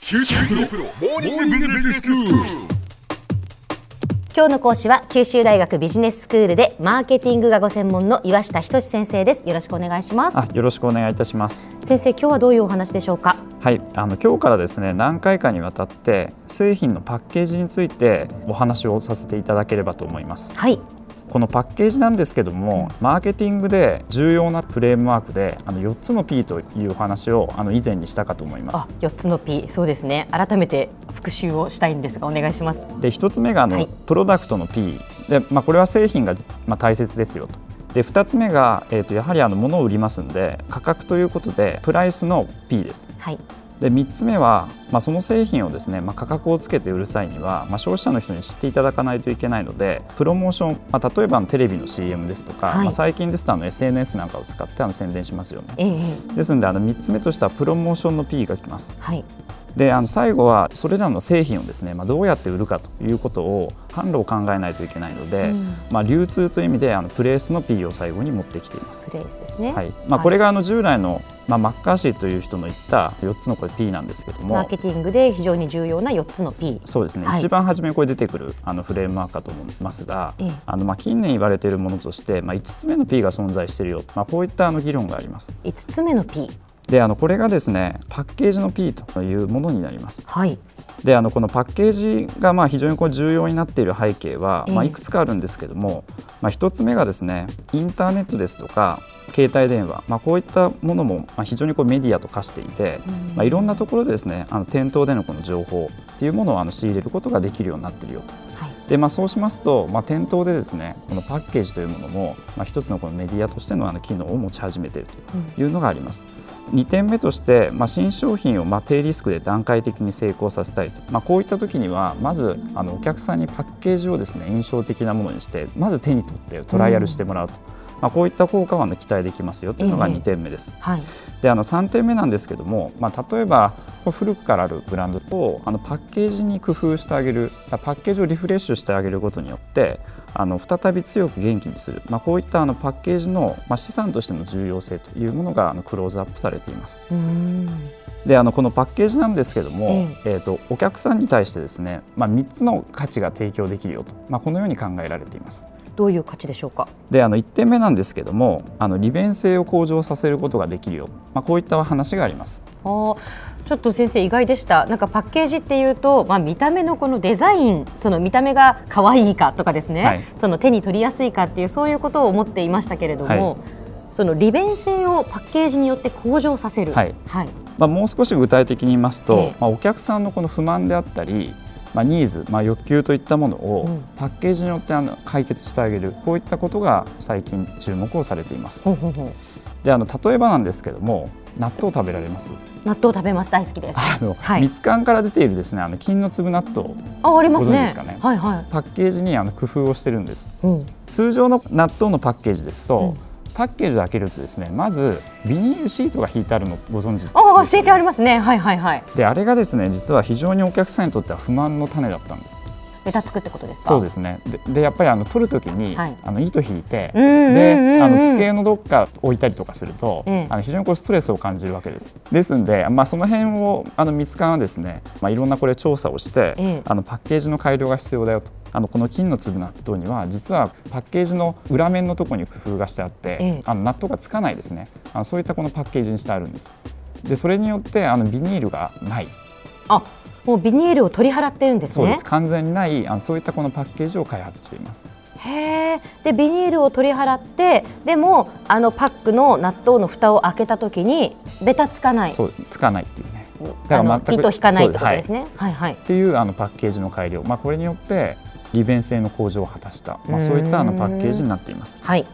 キューティープロモーニングビジネススクール今日の講師は九州大学ビジネススクールでマーケティングがご専門の岩下仁先生ですよろしくお願いしますあよろしくお願いいたします。先生今日はどういうお話でしょうかはい、あの今日からですね何回かにわたって製品のパッケージについてお話をさせていただければと思います。はいこのパッケージなんですけども、マーケティングで重要なフレームワークで、あの4つの P というお話をあの以前にしたかと思いますあ。4つの P そうですね改めて復習をしたいんですがお願いしますで1つ目があの、はいプロダクトの P で、まあ、これは製品が、まあ、大切ですよと。で2つ目が、えー、とやはりあの物を売りますんで価格ということでプライスの P です。はいで3つ目は、まあ、その製品をですね、まあ、価格をつけて売る際には、まあ、消費者の人に知っていただかないといけないのでプロモーション、まあ、例えばあのテレビの CM ですとか、はいまあ、最近ですとあの SNS なんかを使ってあの宣伝しますよねええですのであの3つ目としてはプロモーションの P がきますはいであの最後はそれらの製品をですね、まあ、どうやって売るかということを販路を考えないといけないので、うんまあ、流通という意味であのプレースの P を最後に持ってきていますプレイスですねはいまあ、これがあの従来の、まあ、マッカーシーという人の言った4つのこれ P なんですけどもマーケティングで非常に重要な4つの P そうですね、はい一番初めにこれ出てくるあのフレームワークかと思いますが、ええあのまあ近年言われているものとして、まあ、5つ目の P が存在しているよ、まあ、こういったあの議論があります。 5つ目の P であのこれがですねパッケージの P というものになります。はいであのこのパッケージがまあ非常にこう重要になっている背景は、ええまあ、いくつかあるんですけども、まあ、1つ目がですねインターネットですとか携帯電話、まあ、こういったものもまあ非常にこうメディアと化していて、うんまあ、いろんなところでですねあの店頭でのこの情報っていうものをあの仕入れることができるようになっているよはいで、まあ、そうしますと、まあ、店頭でですねこのパッケージというものも、まあ、一つのこのメディアとしてのあの機能を持ち始めているというのがあります。2点目として、まあ、新商品をまあ低リスクで段階的に成功させたいと、まあ、こういった時にはまずあのお客さんにパッケージをですね印象的なものにしてまず手に取ってトライアルしてもらうと、まあ、こういった効果はあの期待できますよというのが2点目です。はいであの3点目なんですけども、まあ、例えばこう古くからあるブランドをあのパッケージに工夫してあげるパッケージをリフレッシュしてあげることによってあの再び強く元気にする、まあ、こういったあのパッケージの、まあ、資産としての重要性というものがあのクローズアップされています。うーんであのこのパッケージなんですけども、ええーとお客さんに対してですね、まあ、3つの価値が提供できるよと、まあ、このように考えられています。どういう価値でしょうかであの1点目なんですけどもあの利便性を向上させることができるよ、まあ、こういった話があります。あーちょっと先生意外でしたなんかパッケージっていうと、まあ、見た目のこのデザインその見た目が可愛いかとかですね、はいその手に取りやすいかっていうそういうことを思っていましたけれども、はその利便性をパッケージによって向上させる、はいまあ、もう少し具体的に言いますと、ええまあ、お客さんのこの不満であったり、まあ、ニーズ、まあ、欲求といったものうをんパッケージによってあの解決してあげるこういったことが最近注目をされていますほうほうほうであの例えばなんですけども納豆食べられます納豆食べます大好きです。あの、はい蜜缶から出ているですねあの金の粒納豆あありますご存知ね。ですかねはいはい。パッケージにあの工夫をしてるんですうん、通常の納豆のパッケージですと、パッケージを開けるとですねまずビニールシートが引いてあるのご存知ですああ教えてありますね。はいはいはい。であれがですね実は非常にお客さんにとっては不満の種だったんですベタつくってことですか。そうですねででやっぱりあの取るときに、はいあの糸引いて、うんうんうんうんであの机のどっか置いたりとかすると、ええあの非常にこうストレスを感じるわけですですんで、まあ、その辺をあのミツカンはですね、まあ、いろんなこれ調査をして、ええあのパッケージの改良が必要だよとあのこの金の粒納豆には実はパッケージの裏面のところに工夫がしてあって、ええあの納豆がつかないですねあのそういったこのパッケージにしてあるんですでそれによってあのビニールがないあもうビニールを取り払ってるんですそうね。です完全にないあのそういったこのパッケージを開発していますへえでビニールを取り払ってでもあのパックの納豆の蓋を開けたときにベタつかないそうつかないっていうねあの全く糸引かないってこそとうはいですねはいはいっていうあのパッケージの改良、まあ、これによって利便性の向上を果たした、まあ、そういったあのパッケージになっていますはい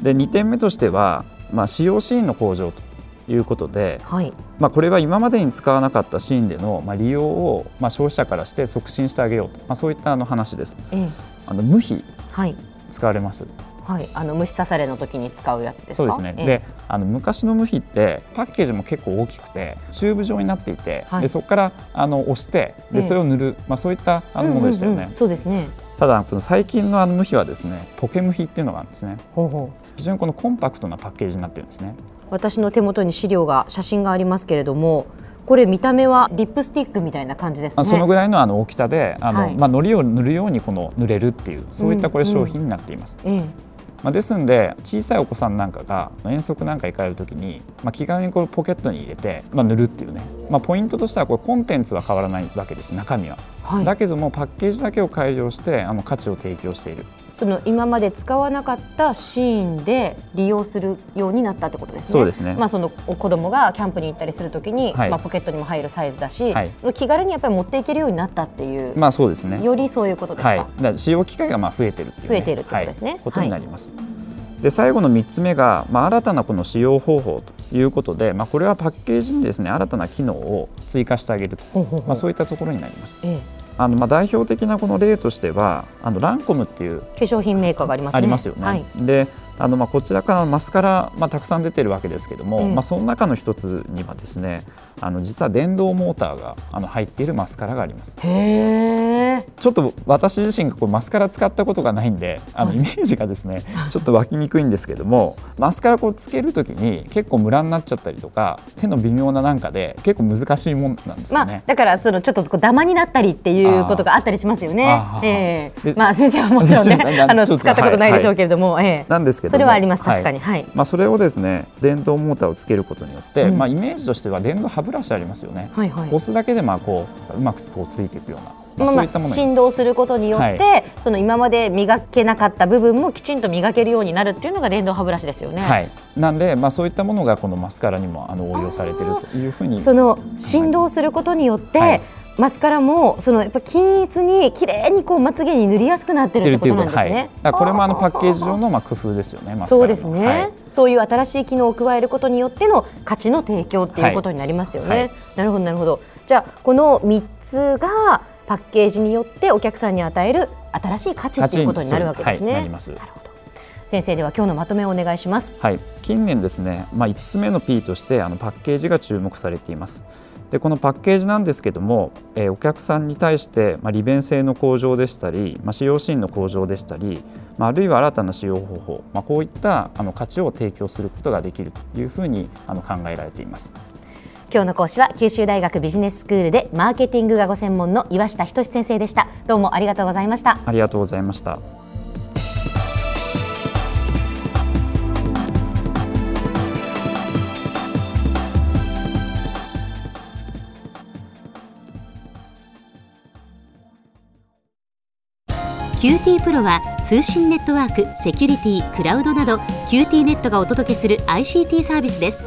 で2点目としては、まあ、使用シーンの向上ということで、はいまあ、これは今までに使わなかったシーンでの、まあ、利用を、まあ、消費者からして促進してあげようと、まあ、そういったあの話ですええあの無比はい使われますはいあの虫刺されの時に使うやつですかそうですね、ええであの昔の無比ってパッケージも結構大きくてチューブ状になっていて、はいでそこからあの押してええでそれを塗る、まあ、そういったあのものでしたよね、うんうんうんそうですねただこの最近のあの無比はですねポケ無比っていうのがあるんですねほうほう非常にこのコンパクトなパッケージになってるんですね私の手元に資料が写真がありますけれどもこれ見た目はリップスティックみたいな感じですねあそのぐらいのあの大きさであの、はいまあ、糊を塗るようにこの塗れるっていうそういったこれうん商品になっています、ええまあ、ですんで小さいお子さんなんかが遠足なんか行かれる時に、まあ、気軽にこうポケットに入れて、まあ、塗るっていうね、まあ、ポイントとしてはこれコンテンツは変わらないわけです中身は、はいだけどもパッケージだけを改良してあの価値を提供しているその今まで使わなかったシーンで利用するようになったってことですね。そうですねまあそのお子供がキャンプに行ったりするときに、はいまあポケットにも入るサイズだし、はい気軽にやっぱり持っていけるようになったっていう、まあそうですねよりそういうことですか。はい、だから使用機会がまあ増えてるっていう、増えてるってことですねはいことになります。で最後の3つ目が、まあ、新たなこの使用方法ということで、まあ、これはパッケージにですね新たな機能を追加してあげると、ほうほうほうまあ、そういったところになります。えあのまあ代表的なこの例としてはあのランコムっていうえ化粧品メーカーがありますね。ありますよね。はい。であのまあこちらからマスカラ、まあ、たくさん出てるわけですけども、ええまあ、その中の一つにはですねあの実は電動モーターがあの入っているマスカラがあります。へえ。ちょっと私自身がこうマスカラ使ったことがないんであのはいイメージがですねちょっと湧きにくいんですけどもマスカラこうつけるときに結構ムラになっちゃったりとか手の微妙ななんかで結構難しいもんなんですよまあね。だからそのちょっとこうダマになったりっていうことがあったりしますよねあ。ーええでまあ先生はもちろん ちょっねとあのち使ょっっとたことないでしょうけれども、ええなんですけどもそれはありますはい確かにはい。まあ、それをですね電動モーターをつけることによって、うんまあ、イメージとしては電動歯ブラシありますよね、はいはい押すだけでまあこううまくこうついていくような、まあ、まあそまういったもあ、のに振動することによって、はその今まで磨けなかった部分もきちんと磨けるようになるっていうのが電動歯ブラシですよね。はい、なんで、まあ、そういったものがこのマスカラにもあの応用されているというふうにその振動することによって、はいマスカラもそのやっぱ均一に綺麗にこうまつげに塗りやすくなってるってことなんですね。はい、だからこれもあのパッケージ上のまあ工夫ですよね、マスカそラうのですね、はいそういう新しい機能を加えることによっての価値の提供っていうことになりますよね。はいはいなるほどなるほど。じゃあこの三つがパッケージによってお客さんに与える新しい価値っていうことになるわけですね。はい、なります。なるほど先生では今日のまとめをお願いしますはい、近年ですね、まあ、5つ目の P としてあのパッケージが注目されています。でこのパッケージなんですけども、えーお客さんに対して、まあ、利便性の向上でしたり、まあ、使用シーンの向上でしたり、まあ、あるいは新たな使用方法、まあ、こういったあの価値を提供することができるというふうにあの考えられています。今日の講師は九州大学ビジネススクールでマーケティングがご専門の岩下仁先生でしたどうもありがとうございましたありがとうございました。 QT プロは通信ネットワーク、セキュリティ、クラウドなど QT ネットがお届けする ICT サービスです